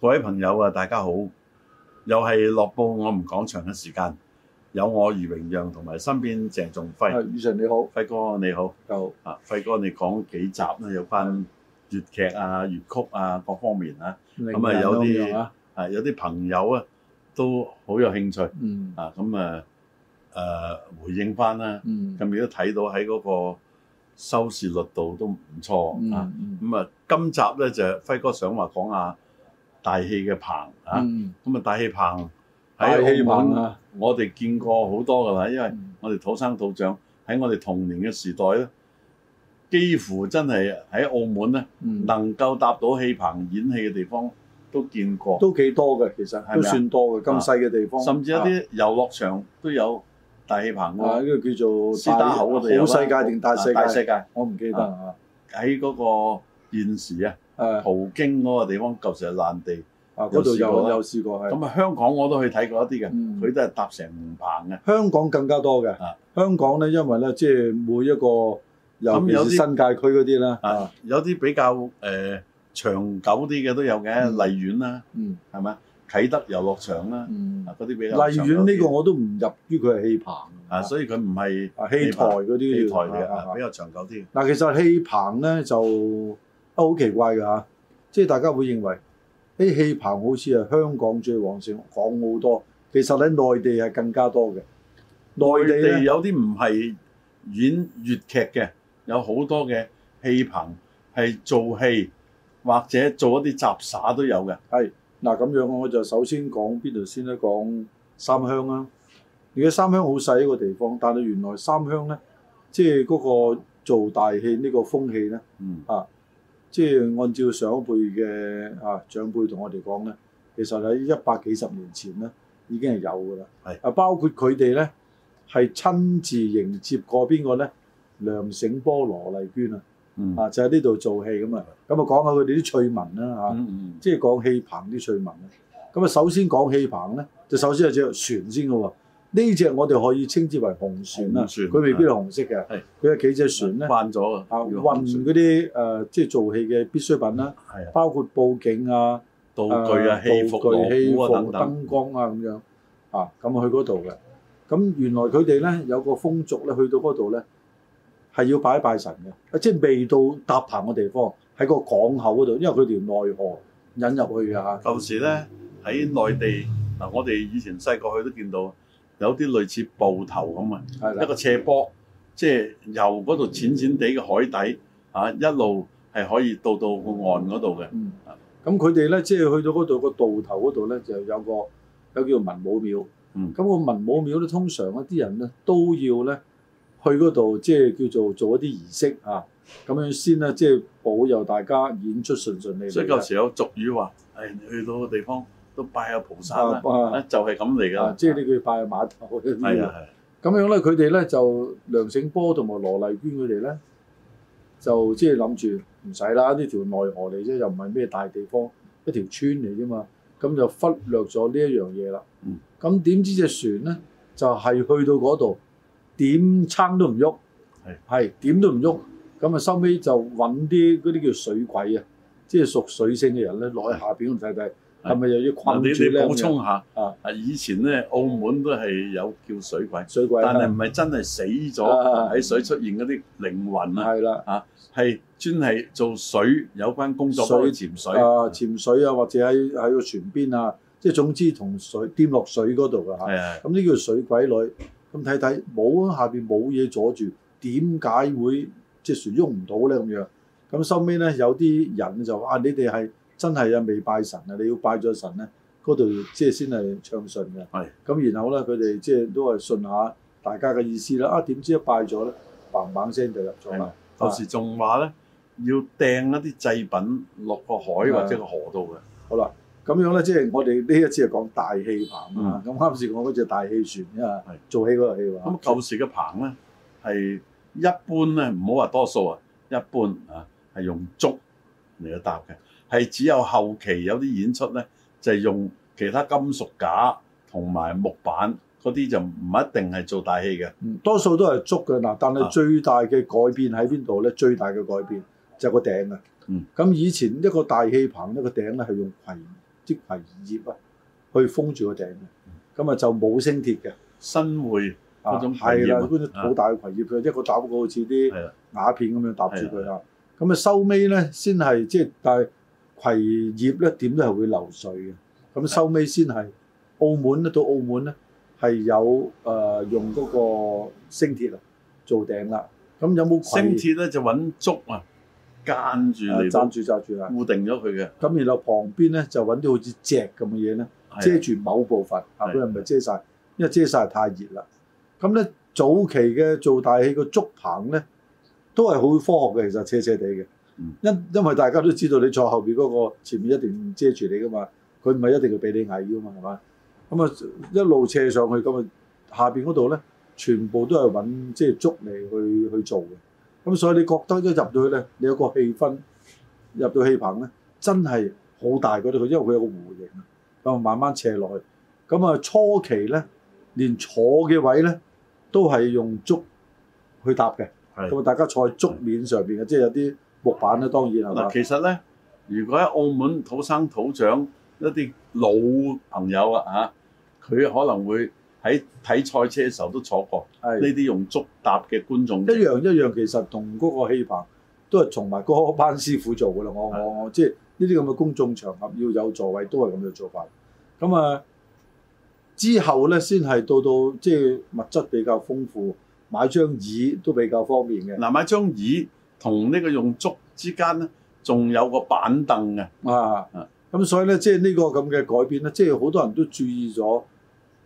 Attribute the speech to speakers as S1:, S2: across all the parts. S1: 各位朋友啊，大家好！又係樂報我們講場嘅時間，有我余榮讓同埋身邊鄭仲輝，
S2: 係，宇啊晨你好，
S1: 輝哥你好
S2: 又
S1: 啊！輝哥你講幾集咧？有關粵劇啊、粵曲啊各方面啊，咁啊有啲
S2: 啊，
S1: 啊有啲朋友啊都好有興趣
S2: 嗯
S1: 啊，咁啊誒回應翻啦。
S2: 嗯
S1: 咁亦都睇到喺嗰個收視率度都唔錯、啊！
S2: 嗯
S1: 咁啊，今集咧就輝哥想話講下大戲嘅棚啊。
S2: 嗯，
S1: 咁啊，大氣棚
S2: 大氣
S1: 喺澳
S2: 棒
S1: 門，
S2: 啊，
S1: 我哋見過好多㗎啦。因為
S2: 嗯
S1: 我哋土生土長，喺我哋童年嘅時代咧，幾乎真係喺澳門咧，
S2: 嗯
S1: 能夠搭到氣棚演戲嘅地方都見過，
S2: 都幾多嘅，其
S1: 咪啊
S2: 實都算多嘅，咁細嘅地方，
S1: 甚至一啲遊樂場都有大氣棚
S2: 啊，
S1: 喎。
S2: 呢個叫做
S1: 斯打口嗰度有
S2: 啊好
S1: 啦
S2: 世界定大世
S1: 啊大
S2: 界，
S1: 世界
S2: 我唔記得啊，
S1: 喺嗰個現時啊，
S2: 誒
S1: 葡京嗰個地方舊時係爛地，
S2: 啊嗰度
S1: 有試過
S2: 有
S1: 啦
S2: 有試過係，
S1: 咁啊香港我都去睇過一啲嘅，
S2: 嗯
S1: 佢都係搭成棚嘅。
S2: 香港更加多嘅
S1: 啊，
S2: 香港咧因為咧即係每一個，
S1: 咁有
S2: 尤
S1: 啲
S2: 其是新界區嗰啲啦，
S1: 啊，有啲比較誒、呃、長久啲嘅都有嘅，
S2: 嗯
S1: 麗苑啦，
S2: 嗯
S1: 係咪？啟德遊樂場啦，
S2: 嗯
S1: 啊，嗰啲比較
S2: 麗
S1: 長
S2: 苑
S1: 久啲
S2: 呢個我都唔入於佢係戲棚
S1: 啊，所以佢唔係
S2: 啊戲台嗰
S1: 戲
S2: 啲
S1: 台嚟嘅，
S2: 啊啊
S1: 啊比較長久啲。
S2: 嗱，其實戲棚咧就啊好奇怪㗎嚇，即係大家會認為誒戲棚好似係香港最旺盛，港澳多，其實喺內地係更加多嘅。內地啊
S1: 地
S2: 咧
S1: 有啲唔係演粵劇嘅，有好多嘅戲棚係做戲或者做一啲雜耍都有嘅。
S2: 嗱咁樣，我就首先講邊度先咧？講三鄉啦。而家三鄉好細一個地方，但係原來三鄉咧，即係嗰個做大戲呢個風氣咧。
S1: 嗯，
S2: 即係按照上一輩嘅啊長輩同我哋講咧，其實喺一百幾十年前咧已經係有㗎啦。
S1: 係
S2: 啊，包括佢哋咧係親自迎接過邊個咧？梁醒波、羅麗娟啊，
S1: 嗯，
S2: 啊就喺呢度做戲咁啊。咁啊講下佢哋啲趣聞啦嚇，
S1: 嗯嗯
S2: 即係講戲棚啲趣聞啦。咁啊，首先講戲棚咧，就首先有隻船先嘅喎。呢只我哋可以稱之為紅船啦，
S1: 紅船
S2: 佢未必係紅色嘅
S1: 係，
S2: 佢有幾隻
S1: 嗯，
S2: 船咧
S1: 慣咗啊，
S2: 啊
S1: 要
S2: 運嗰啲誒即係做戲嘅必需品啦。
S1: 係啊，
S2: 包括佈景啊、
S1: 道具啊、
S2: 誒
S1: 戲服、
S2: 道具、
S1: 鑼
S2: 戲服、
S1: 鼓啊等等
S2: 燈。光啊咁樣啊，咁去嗰度嘅。咁原來佢哋咧有個風俗咧，去到嗰度咧係要拜一拜神嘅，啊即係未到搭棚嘅地方，喺個港口嗰度，因為佢條內河引入去嘅嚇。
S1: 舊時咧喺內地嗱，我哋以前細個去都見到有啲類似步頭咁啊，
S2: 係
S1: 一
S2: 啦，
S1: 個斜坡，即係由嗰度淺淺地嘅海底啊，一路係可以到到個岸嗰度嘅。
S2: 嗯，咁佢哋咧即係去到嗰度個渡頭嗰度咧就有個有叫文武廟。
S1: 嗯
S2: 咁個文武廟咧，通常一啲人咧都要咧去嗰度，即係叫做做一啲儀式啊，咁樣先咧，即係保佑大家演出順順利利。
S1: 所以舊時有俗語話：，誒、你去到個地方都拜下菩薩啦，
S2: 啊
S1: 啊就係咁嚟㗎
S2: 啊
S1: 啦。
S2: 即係呢句拜碼頭嗰啲
S1: 係啊係啊，
S2: 咁樣咧，佢哋咧就梁醒波同埋羅麗娟佢哋咧，就即係諗住唔使啦，呢條內河嚟啫，又唔係咩大地方，一條村嚟啫嘛。咁就忽略咗呢一樣嘢啦
S1: 嗯。
S2: 咁點、知只船咧就係、去到嗰度點撐都唔喐
S1: 係，
S2: 係點都唔喐。咁啊收尾就揾啲嗰啲叫水鬼啊，即係屬水性嘅人咧落喺下邊度睇睇，
S1: 係啊
S2: 係咪又要
S1: 嗱
S2: 困
S1: 你
S2: 住
S1: 你
S2: 咧？
S1: 補充下
S2: 啊
S1: 啊，以前咧澳門都係有叫水鬼，
S2: 水鬼啊
S1: 但係
S2: 啦，
S1: 唔係真係死咗
S2: 啊
S1: 喺水出現嗰啲靈魂啊。
S2: 係啦。
S1: 係專係做水有關工作，
S2: 水
S1: 包括潛水。
S2: 啊潛水啊，或者喺喺個船邊啊，即係總之同水掂落水嗰度㗎嚇。
S1: 係啊係
S2: 咁呢叫水鬼女。咁睇睇冇啊，下邊冇嘢阻住，點解會隻船喐唔到咧？咁樣咁收尾咧，有啲人就話：啊，你哋係真係啊，未拜神啊，你要拜咗神咧，嗰度即係先係暢順嘅。
S1: 係
S2: 咁，然後咧，佢哋即係都係信下大家嘅意思啦。啊，點知一拜咗咧，砰砰聲就入咗啦。
S1: 舊時仲話咧，要掟一啲製品落個海
S2: 係
S1: 或者個河度嘅。
S2: 好啦，咁樣咧，即係我哋呢一次係講大氣棚啊。咁啱先講嗰只大氣船啊
S1: 嗯係，
S2: 做戲嗰個戲話
S1: 咁。啊舊時嘅棚咧係一般咧，唔好話多數啊，一般啊係用竹嚟去搭嘅，係只有後期有啲演出咧就係用其他金屬架同埋木板嗰啲就唔一定係做大戲嘅。
S2: 嗯，多數都係捉嘅嗱，但
S1: 啊
S2: 係最大嘅改變喺邊度咧？最大嘅改變就係個頂啊。
S1: 嗯。
S2: 咁以前一個大氣棚一個頂咧係用葵啲葵葉啊去封住個頂嘅，咁啊就冇升鐵嘅。
S1: 新會
S2: 啊
S1: 嗰種葵
S2: 係啦，
S1: 葉啊
S2: 嗰種好大嘅葵葉，佢一個搭個好似啲
S1: 啊係啦，
S2: 瓦片咁樣搭住佢啊。咁啊收尾咧先係即係，但係葵葉咧點都係會流水嘅。咁收尾先係澳門咧，到澳門咧係有誒、呃用嗰個星鐵啊做頂啦。咁有冇葵
S1: 星鐵咧就揾竹啊間住
S2: 啊
S1: 嚟
S2: 揸
S1: 到
S2: 住揸住啊？
S1: 固定咗佢嘅。
S2: 咁然後旁邊咧就揾啲好似隻咁嘅嘢咧。
S1: 啊
S2: 遮住某部分，下
S1: 係
S2: 佢又唔係遮晒，因為遮晒太熱啦。咁咧早期嘅做大戲個竹棚咧，都係好科學嘅，其實斜斜地嘅
S1: 嗯。
S2: 因因為大家都知道你坐後邊嗰個前面一定遮住你噶嘛，佢唔係一定要比你矮噶嘛，係嘛？咁啊一路斜上去，咁啊下邊嗰度咧全部都係揾即係竹嚟去去做嘅。咁所以你覺得一入到去咧，你有個氣氛入到氣棚咧，真係好大嗰度，因為佢有個弧形啊。咁啊慢慢斜落去。咁啊初期咧，連坐嘅位咧都係用竹去搭嘅。
S1: 係
S2: 咁啊大家坐喺竹面上邊嘅，即係有啲木板咧，當然係嘛
S1: 嗱，。其實咧，如果喺澳門土生土長一啲老朋友啊嚇，佢可能會喺睇賽車嘅時候都坐過呢
S2: 係
S1: 啲用竹搭嘅觀眾
S2: 一樣一樣，其實同嗰個戲棚都係從埋嗰班師傅做㗎啦。我我我即係呢啲咁嘅公眾場合要有座位都係咁嘅做法。咁啊之後咧，先係到到即係物質比較豐富，買張椅都比較方便嘅。
S1: 嗱，買張椅同呢個用竹之間咧，仲有個板凳嘅。
S2: 啊
S1: 啊，
S2: 咁所以咧，即係呢個咁嘅改變咧，即係好多人都注意咗誒、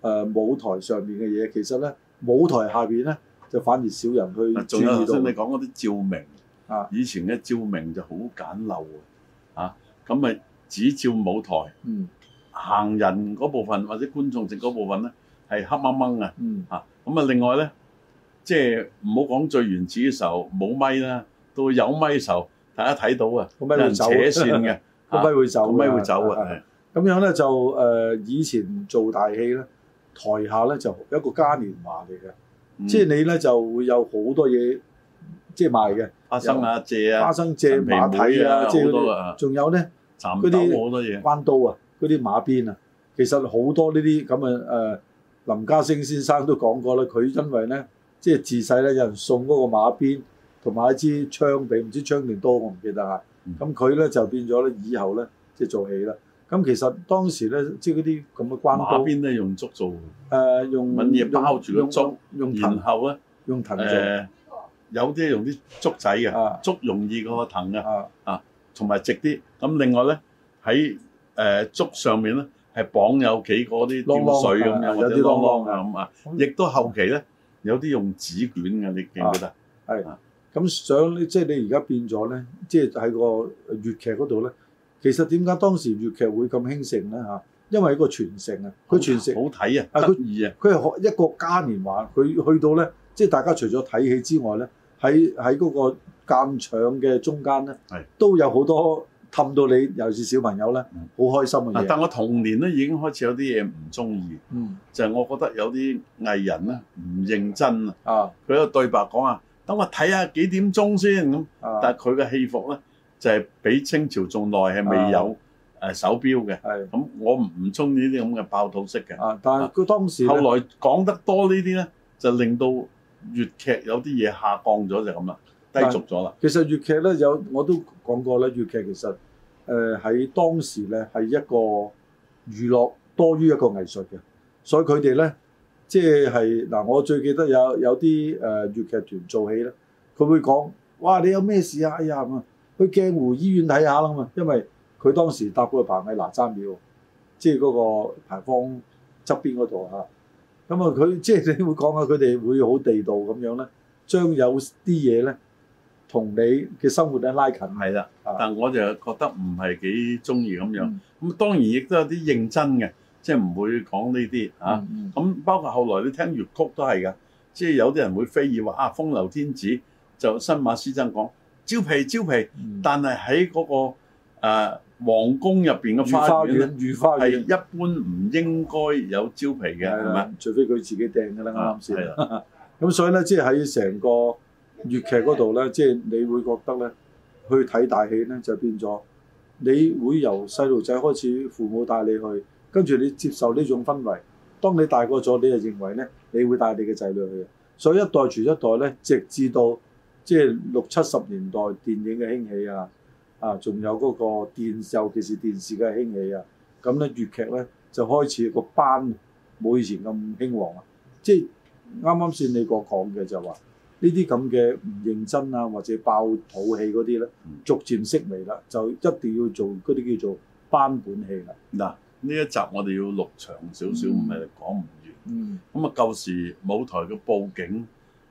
S2: 呃舞台上面嘅嘢，其實咧舞台下邊咧就反而少人去
S1: 嗱，
S2: 注
S1: 啊仲有
S2: 意
S1: 頭先你
S2: 到。
S1: 講嗰啲照明，
S2: 啊
S1: 以前嘅照明就好簡陋嘅，啊，咁咪只照舞台
S2: 嗯
S1: 行人嗰部分或者觀眾席嗰部分咧係黑掹掹嘅。
S2: 嗯，
S1: 啊，咁啊，另外咧，即係唔好講最原始嘅時候冇咪啦，到有咪嘅時候，大家睇到啊，
S2: 個
S1: 有
S2: 咪會
S1: 人扯
S2: 走，
S1: 線嘅，
S2: 個咪會 走
S1: 個
S2: 㗎，
S1: 咪會走
S2: 係係
S1: 啊，
S2: 咁樣咧就誒、呃以前做大戲咧，台下咧就有一個嘉年華嚟嘅，
S1: 係
S2: 即係你咧就會有好多嘢即係賣嘅，
S1: 花生啊、蔗
S2: 花
S1: 啊、
S2: 生蔗、
S1: 陳皮
S2: 馬蹄
S1: 妹啊
S2: 啊，即係
S1: 好
S2: 嗰
S1: 多
S2: 啲
S1: 啊，
S2: 仲有咧。
S1: 蠶
S2: 嗰啲
S1: 豆好多嘢，
S2: 關刀啊，嗰啲馬鞭啊，其實好多呢啲咁嘅誒，林家聲先生都講過啦，佢因為咧，即係自細咧有人送嗰個馬鞭同埋一支槍俾，唔知槍定刀我唔記得啊
S1: 嗯。
S2: 咁佢咧就變咗咧，以後咧即係做戲啦。咁其實當時咧，即係嗰啲咁嘅關刀啊
S1: 馬，邊咧用竹做，
S2: 誒呃用
S1: 揾嘢包住個
S2: 用
S1: 竹
S2: 用用
S1: 然
S2: 藤啊
S1: 後咧
S2: 用藤做
S1: 誒有啲用啲竹仔嘅，
S2: 啊
S1: 竹容易過藤嘅，
S2: 啊
S1: 同埋直啲。咁另外咧喺誒竹上面咧係綁有幾個啲
S2: 啷啷
S1: 吊水咁
S2: 啊
S1: 樣，
S2: 有
S1: 或者
S2: 啲
S1: 啷啷
S2: 啷啷
S1: 啊
S2: 啊
S1: 咁啊。亦都後期咧有啲用紙卷嘅，你記唔記得？
S2: 咁想咧，即係你而家變咗咧，即係喺個粵劇嗰度咧，其實點解當時粵劇會咁興盛咧嚇？因為一個傳承啊，佢傳承，
S1: 好睇啊，
S2: 啊
S1: 得
S2: 佢
S1: 意啊，
S2: 佢係學一個嘉年華，佢去到咧，即係大家除咗睇戲之外咧，喺喺嗰個鑑賞嘅中間咧
S1: 係，
S2: 都有好多氹到你，尤其是小朋友咧，
S1: 嗯
S2: 好開心嘅
S1: 嗱，
S2: 嘢。
S1: 但我童年咧已經開始有啲嘢唔中意，
S2: 嗯
S1: 就係、我覺得有啲藝人咧唔認真啊，
S2: 啊
S1: 佢有對白講啊，等我睇下幾點鐘先咁，
S2: 啊，
S1: 但係佢嘅戲服咧就係、比清朝仲耐，係未有誒手錶嘅，
S2: 係
S1: 咁我唔唔中意呢啲咁嘅爆肚式嘅。
S2: 啊，但係佢當時
S1: 後
S2: 咧
S1: 來講得多呢啲咧，就令到粵劇有啲嘢下降咗就咁啦，低
S2: 但係
S1: 俗咗啦，
S2: 其實粵劇咧有我都講過啦，粵劇其實誒呃喺、當時咧係一個娛樂多於一個藝術嘅，所以佢哋咧即係嗱，我最記得有有啲誒、呃、粵劇團做戲咧，佢會講：哇，你有咩事啊？哎呀咁啊，去鏡湖醫院睇下啦嘛，因為佢當時搭嗰個棚喺哪吒廟，即係嗰個牌坊側邊嗰度嚇。咁啊，佢即係你會講下佢哋會好地道咁樣咧，將有啲嘢咧。同你嘅生活咧拉近。
S1: 係啦。
S2: 啊
S1: 但我就覺得唔係幾中意咁樣。咁、
S2: 嗯
S1: 當然亦都有啲認真嘅，即係唔會講呢啲嚇。啊
S2: 嗯
S1: 咁、包括後來你聽粵曲都係㗎，即係有啲人會非議話啊風流天子就新馬師曾講蕉皮蕉皮，
S2: 嗯
S1: 但係喺嗰個誒、呃、皇宮入邊嘅
S2: 御
S1: 花
S2: 花
S1: 園咧
S2: 園，御花
S1: 係
S2: 園
S1: 一般唔應該有蕉皮嘅，係咪？？啊
S2: 除非佢自己掟㗎啦，啱唔啱先？
S1: 係啦，
S2: 咁所以咧，即係喺成個粵劇嗰度咧，即係你會覺得咧，去睇大戲咧就變咗，你會由細路仔開始，父母帶你去，跟住你接受呢種氛圍。當你大個咗，你就認為咧，你會帶你嘅仔女去嘅。所以一代傳一代咧，直至到即係六七十年代電影嘅興起啊，啊，仲有嗰個電，尤其是電視嘅興起啊，咁咧粵劇咧就開始個班冇以前咁興旺啦，啊即係。啱啱先你個講嘅就話呢啲咁嘅唔認真啊，或者爆肚戲嗰啲咧
S1: 嗯，
S2: 逐漸式微啦，就一定要做嗰啲叫做班本戲啦。
S1: 嗱，呢一集我哋要錄長少少，唔係講唔完。
S2: 嗯
S1: 咁啊，舊時舞台嘅佈景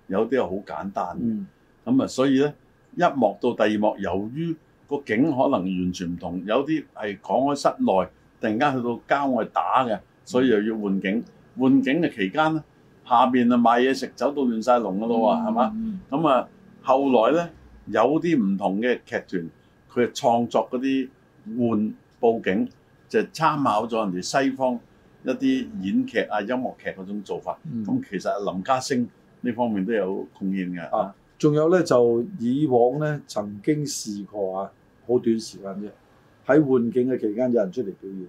S1: 有啲係好簡單嘅，
S2: 嗯
S1: 咁啊，所以咧一幕到第二幕，由於個景可能完全唔同，有啲係講開室內，突然間去到郊外打嘅，所以又要換景。換景嘅期間咧，下邊啊賣嘢食走到亂晒龍噶咯
S2: 嗯
S1: 喎，係嘛？？咁啊，後來咧有啲唔同嘅劇團，佢係創作嗰啲換佈景，就參考咗人哋西方一啲演劇啊、音樂劇嗰種做法。
S2: 嗯
S1: 咁其實林家聲呢方面都有貢獻嘅。
S2: 啊，仲有咧就以往咧曾經試過啊，好短時間啫，喺換景嘅期間有人出嚟表演，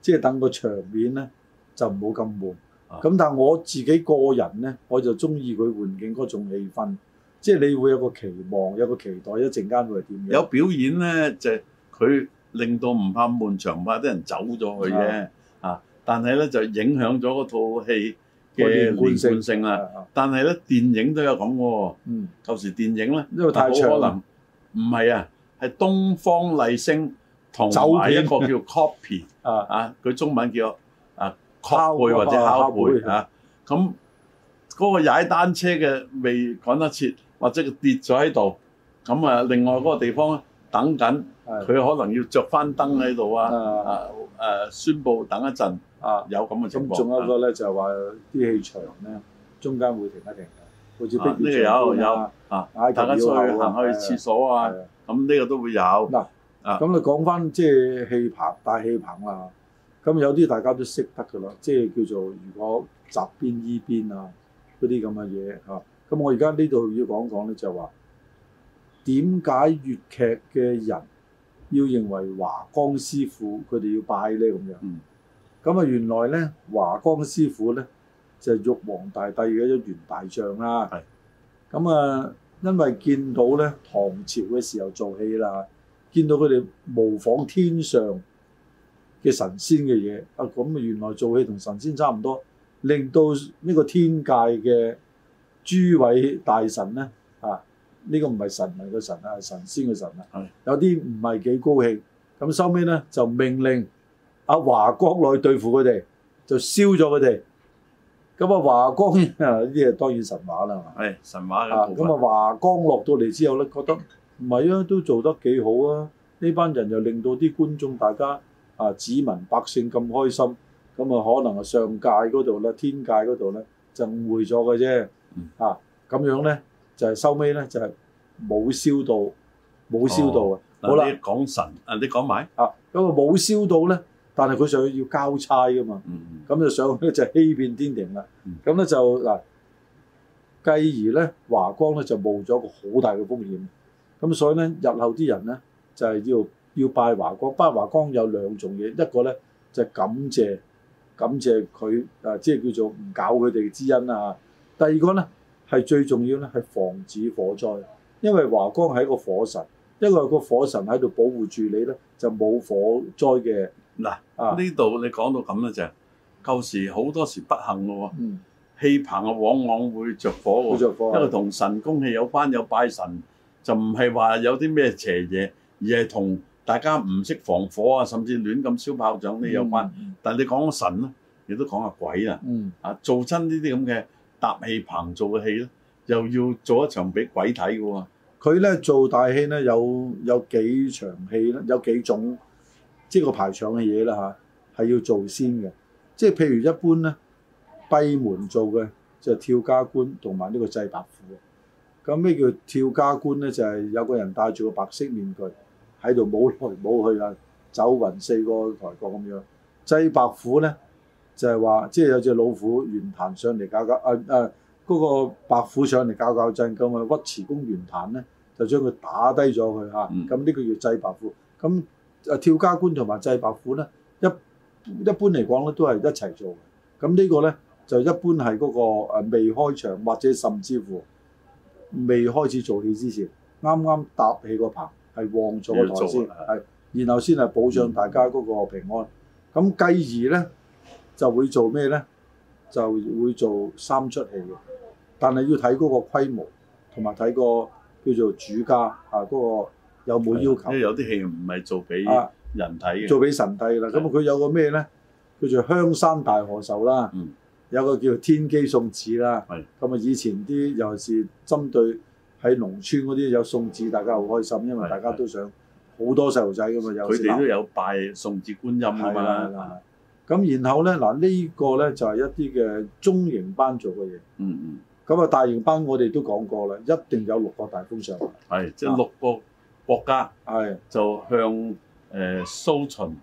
S2: 即係等個場面咧就唔好咁悶。
S1: 啊
S2: 咁、但係我自己個人咧，我就中意佢換景嗰種氣氛，即係你會有個期望，有個期待，一陣間會係點樣？
S1: 有表演咧，就佢令到唔怕悶場，怕啲人走咗去啫。啊，但係咧就影響咗嗰套戲嘅
S2: 個
S1: 連
S2: 連貫性
S1: 貫性啦。
S2: 啊，
S1: 但係咧電影都有咁喎，
S2: 嗯，
S1: 舊時電影咧。
S2: 因為太長
S1: 可
S2: 啦，
S1: 能啊唔係啊，係東方麗星同
S2: 走
S1: 埋
S2: 片
S1: 一個叫 copy
S2: 啊，
S1: 啊，佢中文叫啊
S2: 拷
S1: 確背或者
S2: 啊
S1: 拷
S2: 拷
S1: 背
S2: 貝
S1: 啊。咁嗰個踩單車嘅未趕得切，或者佢跌咗喺度，咁啊另外嗰個地方等緊，佢
S2: 係
S1: 可能要着翻燈喺度啊，
S2: 啊
S1: 啊誒宣佈等一陣，
S2: 啊，
S1: 有咁嘅情
S2: 咁
S1: 況。
S2: 仲有一
S1: 啊
S2: 個咧就係話啲氣場咧中間會停一停嘅，好似
S1: 啊
S2: 碧
S1: 呢
S2: 月
S1: 個有
S2: 場邊啊
S1: 啊，
S2: 嗌
S1: 大家出去
S2: 條腰後啊
S1: 行去廁所啊
S2: 係，啊
S1: 咁呢個都會有。
S2: 咁你講翻即係戲棚大戲棚啦，咁有啲大家都識得㗎啦，即係叫做如果雜邊依邊啊嗰啲咁嘅嘢嚇。咁我而家呢度要講講咧就係話點解粵劇嘅人要認為華光師傅佢哋要拜咧咁樣
S1: 嗯？
S2: 咁啊、原來咧華光師傅咧就係、玉皇大帝嘅一員大將啦
S1: 係。
S2: 咁啊，因為見到咧唐朝嘅時候做戲啦。見到佢哋模仿天上嘅神仙嘅嘢，啊咁啊原來做戲同神仙差唔多，令到呢個天界嘅諸位大神咧啊，呢、個唔係神明嘅神啊，係神仙嘅神啊
S1: 係，
S2: 有啲唔係幾高興，咁收尾咧就命令阿、華國內對付佢哋，就燒咗佢哋。咁啊華光 啊呢啲嘢當然神話啦係嘛。
S1: 係神話
S2: 啊，
S1: 嘅部分
S2: 咁。啊華光落到嚟之後咧，覺得唔係啊，都做得幾好啊！呢班人又令到啲觀眾大家啊，子民百姓咁開心，咁啊可能啊上界嗰度咧、天界嗰度咧就誤會咗嘅啫
S1: 嗯，
S2: 啊咁樣咧就係收尾咧就係冇燒到，冇燒
S1: 哦
S2: 到啊，好啦
S1: 嗱，你講神啊，你講埋。
S2: 啊咁啊冇燒到咧，但係佢上去要交差噶嘛。
S1: 嗯
S2: 咁就上去咧就欺騙天庭啦
S1: 嗯。
S2: 咁咧就嗱，繼而咧華光咧就冒咗個好大嘅風險。咁所以咧，日後啲人咧就係、要要拜華光。拜華光有兩種嘢，一個咧就係感謝感謝佢啊，即係叫做唔搞佢哋嘅之恩啊。第二個咧係最重要咧係防止火災，因為華光係一個火神，因為個火神喺度保護住你咧，就冇火災嘅
S1: 嗱，
S2: 啊。
S1: 呢度你講到咁咧就係，舊時好多時不幸嘅喎，
S2: 嗯，
S1: 氣棚啊往往會着火
S2: 冇
S1: 喎，
S2: 着火啊
S1: 因為同神功氣有關，有拜神，就唔係話有啲咩邪嘢，而係同大家唔識防火啊，甚至亂咁燒炮仗呢有關。
S2: 嗯。嗯
S1: 但係你講神咧，亦都講下鬼啦，
S2: 嗯，
S1: 啊，做親呢啲咁嘅搭氣棚做嘅戲咧，又要做一場俾鬼睇嘅喎。
S2: 佢咧做大戲咧有有幾場戲咧，有幾種即係個排場嘅嘢啦嚇，係要做先嘅。即係譬如一般咧，閉門做嘅就係跳家官同埋呢個祭白虎。咁咩叫跳家官咧？就係、有個人戴住個白色面具喺度冇來冇去啊，走雲四個台國咁樣。祭白虎咧就係話，即係有隻老虎圓壇上嚟搞搞，誒誒嗰個白虎上嚟搞搞震，咁啊尉遲恭圓壇咧就將佢打低咗佢嚇，
S1: 嗯
S2: 咁呢、個叫祭白虎。咁誒跳家官同埋祭白虎咧，一一般嚟講咧都係一齊做嘅。咁呢個咧就一般係嗰個誒未開場或者甚至乎未開始做戲之前，啱啱搭起個棚係旺咗個台先，
S1: 要做啊
S2: 係然後先係保障大家嗰個平安。咁繼而咧就會做咩咧？就會做三出戲嘅，但係要睇嗰個規模同埋睇個叫做主家啊嗰、個有冇要
S1: 因為
S2: 求
S1: 有啲戲唔係做俾
S2: 啊，
S1: 人睇嘅，
S2: 做俾神帝啦。咁啊
S1: 係
S2: 佢有個咩咧？叫做香山大賀壽啦，
S1: 嗯
S2: 有個叫天機送子啦。
S1: 係
S2: 咁啊，以前啲尤其是針對喺農村嗰啲有送子，大家好開心，因為
S1: 係
S2: 大家都想好多細路仔㗎嘛，有
S1: 佢
S2: 時
S1: 哋
S2: 鬧
S1: 都有拜送至觀音㗎
S2: 係啦，係啦
S1: 嘛。
S2: 咁然後咧，嗱、呢個咧就係一啲嘅中型班做嘅嘢。
S1: 嗯嗯。
S2: 咁啊，大型班我哋都講過啦，一定有六個大風上嚟。
S1: 係，即
S2: 啊
S1: 係六個國家
S2: 係
S1: 就向誒、呃、蘇秦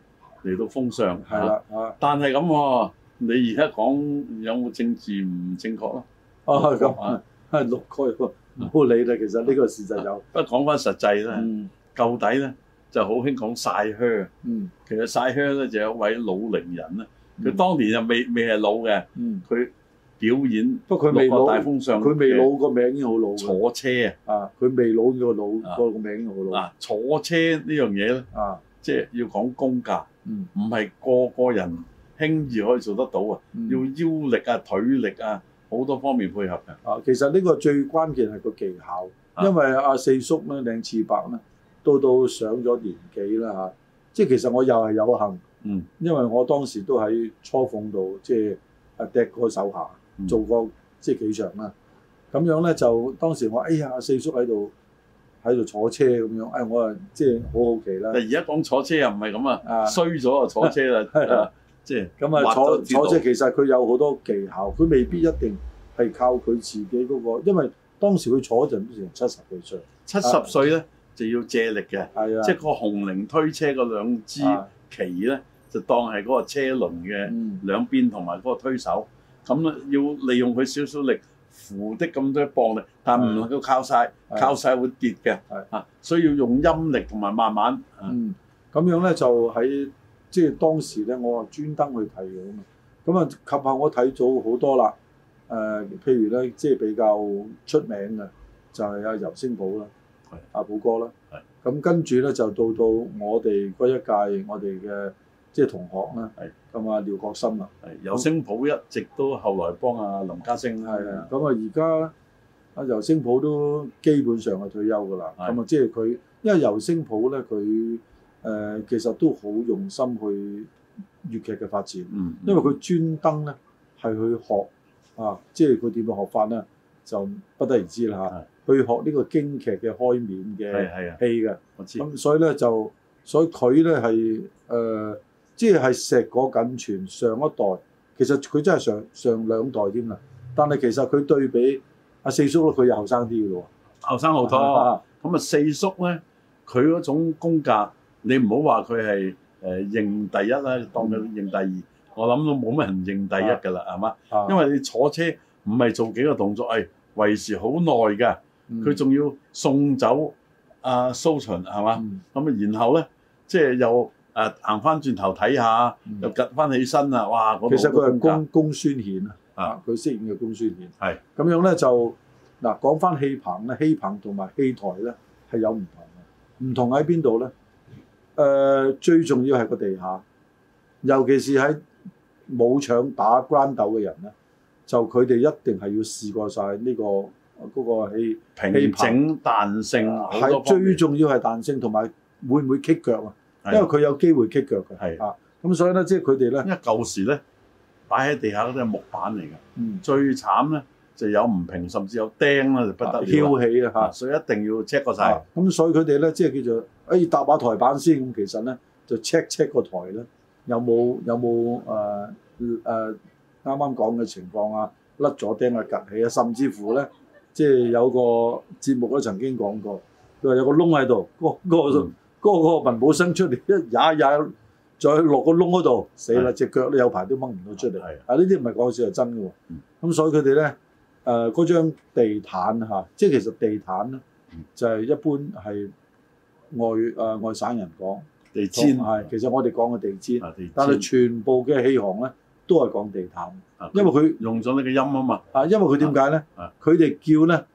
S1: 嚟到封上，
S2: 係
S1: 啊
S2: 啦啊
S1: 但係咁喎，你而家講有冇政治唔正確咯？
S2: 啊
S1: 六個
S2: 咁
S1: 啊
S2: 係六個唔好理啦。其實呢個事實有。
S1: 不過講翻實際咧，
S2: 嗯
S1: 舊底咧就好興講晒靴。
S2: 嗯，
S1: 其實晒靴咧就有一位老齡人咧，佢當年就未未係老嘅，
S2: 嗯，
S1: 佢表演
S2: 不過佢未
S1: 六
S2: 老
S1: 個，大風上
S2: 佢未
S1: 嘅
S2: 老個名已經好老㗎
S1: 坐車啊
S2: 啊！佢未老個
S1: 啊
S2: 老個名已經好老
S1: 嗱，坐車呢樣嘢咧，
S2: 啊！
S1: 即係要講公價，
S2: 嗯
S1: 唔係個個人輕易可以做得到啊！
S2: 嗯
S1: 要腰力啊、腿力啊，好多方面配合嘅。
S2: 啊，其實呢個最關鍵係個技巧，
S1: 啊
S2: 因為阿四叔咧領次伯咧，到到上咗年紀啦嚇，即係其實我又係有幸，
S1: 嗯，
S2: 因為我當時都喺初鳳度即係啊趯過手下，
S1: 嗯
S2: 做過即係幾場啦。咁樣咧就當時我哎呀，阿四叔喺度喺度坐車咁樣，哎我啊即係好好奇啦
S1: 但。而家講坐車又唔係咁
S2: 啊
S1: 啊，衰咗就坐車啦
S2: 係啊
S1: 啊，即係
S2: 咁啊
S1: 滑
S2: 坐
S1: 咗知道
S2: 坐車其實佢有好多技巧，佢未必一定係靠佢自己嗰、個，因為當時佢坐嗰陣都成七十幾歲，
S1: 七十歲咧就要借力嘅，
S2: 啊係啊，
S1: 即係個紅菱推車嗰兩支
S2: 啊
S1: 旗咧，就當係嗰個車輪嘅
S2: 嗯
S1: 兩邊同埋嗰個推手，咁咧要利用佢少少力扶的咁多磅力，但唔能夠靠晒，
S2: 係
S1: 靠晒會跌嘅
S2: 係，
S1: 啊，所以要用陰力同埋慢慢啊，
S2: 嗯，咁樣咧就喺即係當時咧，我話專登去睇嘅嘛。咁啊，及後我睇咗好多啦。誒、譬如咧，即係比較出名嘅就係、阿尤星寶啦
S1: 係，
S2: 阿寶哥啦
S1: 係。
S2: 咁跟住咧就到到我哋嗰一屆，我哋嘅即係同學啦
S1: 係，
S2: 咁啊廖國森啦。
S1: 係有聲譜一直都後來幫阿林家聲
S2: 係啊，咁啊而家阿尤星普都基本上係退休㗎啦。
S1: 係
S2: 咁啊，即係佢，因為尤星普咧，佢誒、呃其實都好用心去粵劇嘅發展，
S1: 嗯，
S2: 因為佢專登咧係去學啊，即係佢點樣學法咧，就不得而知啦嚇。去學呢個京劇嘅開
S1: 係
S2: 面嘅
S1: 係啊，
S2: 戲嘅，
S1: 我知。
S2: 咁所以咧就，所以佢咧係誒，即係係石果僅存上一代，其實佢真係上上兩代添啦。但係其實佢對比阿四叔咧，佢又後生啲嘅咯
S1: 後生好
S2: 喎。
S1: 多。
S2: 啊
S1: 咁啊，四叔咧，佢嗰種功架，你唔好話佢係誒認第一啦，當佢認第二，我諗都冇乜人認第一㗎啦，係嘛？
S2: 嗯啊
S1: 因為你坐車唔係做幾個動作，係、維持好耐㗎，
S2: 嗯
S1: 佢仲要送走阿、蘇秦係嘛？
S2: 嗯
S1: 咁啊，然後咧，即係又誒行翻轉頭睇下，
S2: 嗯
S1: 又趌翻起身啊，哇！嗰度
S2: 其實佢
S1: 好
S2: 係
S1: 多功
S2: 公公孫顯啊，
S1: 啊
S2: 啊佢飾演嘅公孫顯。
S1: 係
S2: 咁樣咧就嗱講翻戲棚咧，戲棚同埋戲台咧係有唔同嘅，唔同喺邊度咧？誒、最重要係個地下，尤其是喺武場打關鬥嘅人咧，就佢哋一定係要試過晒呢、個嗰、個戲，
S1: 架
S2: 氣
S1: 平整彈性嗯好多
S2: 啊係
S1: 方
S2: 最
S1: 面，
S2: 重要係彈性同埋會唔會棘腳啊？因
S1: 係
S2: 為佢有機會棘腳嘅，
S1: 係
S2: 啊，咁所以咧，即係佢哋咧，
S1: 因為舊時咧擺喺地下嗰啲係木板嚟嘅。
S2: 嗯，
S1: 最慘咧就有唔平，甚至有釘啦，就不得了
S2: 翹起啊嚇
S1: 啦。。所以一定要 check 過
S2: 啊
S1: 晒。
S2: 咁所以佢哋咧，即係叫做，哎搭下台板先。咁其實咧，就 check check 個台咧，有冇有冇誒誒啱啱講嘅情況啊，甩咗釘啊，趌起啊，甚至乎咧，即係有個節目咧曾經講過，佢話有個窿喺度，嗰、嗰個、
S1: 嗯
S2: 嗰、個文武生出嚟一踩踩，再落個窿嗰度，死啦！
S1: 係
S2: 只腳咧有排都掹唔到出嚟。
S1: 係啊
S2: 啊，呢啲唔係講笑，係真嘅喎。咁、
S1: 嗯
S2: 所以佢哋咧，誒嗰張地毯嚇，即係其實地毯咧
S1: 嗯
S2: 就係、一般係外誒、呃外省人講
S1: 地氈
S2: 係，其實我哋講嘅地氈，
S1: 啊，地
S2: 但係
S1: 氈
S2: 全部嘅戲行咧都係講地毯，
S1: 啊
S2: 因為佢
S1: 用咗呢個音啊嘛，
S2: 啊，因為佢點解咧
S1: 啊？
S2: 佢哋叫咧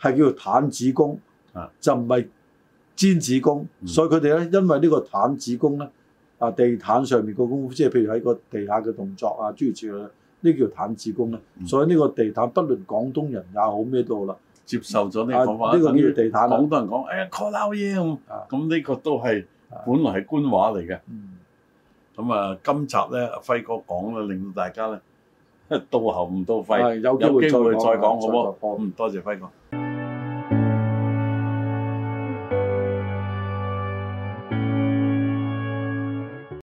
S2: 係叫做坦子宮
S1: 啊，
S2: 就唔係尖子宮，
S1: 嗯
S2: 所以佢哋咧因為呢個坦子宮咧啊，地毯上面個功夫，即係譬如喺個地下嘅動作啊，諸如此類，呢叫坦子宮咧。
S1: 嗯
S2: 所以呢個地毯，不論廣東人也好咩都好啦，
S1: 接受咗呢
S2: 啊
S1: 個講法，
S2: 呢個
S1: 等
S2: 叫
S1: 於
S2: 地毯啦
S1: 廣。東人講，哎呀 call out 嘢咁
S2: 啊，
S1: 咁呢個都係
S2: 啊
S1: 本來係官話嚟嘅。
S2: 嗯
S1: 咁啊，今集咧，阿輝哥講咧，令 到大家咧到喉唔到肺。
S2: 係
S1: 有
S2: 有機會
S1: 機會再講
S2: 啊
S1: 好唔好？嗯，多謝輝哥。
S2: 再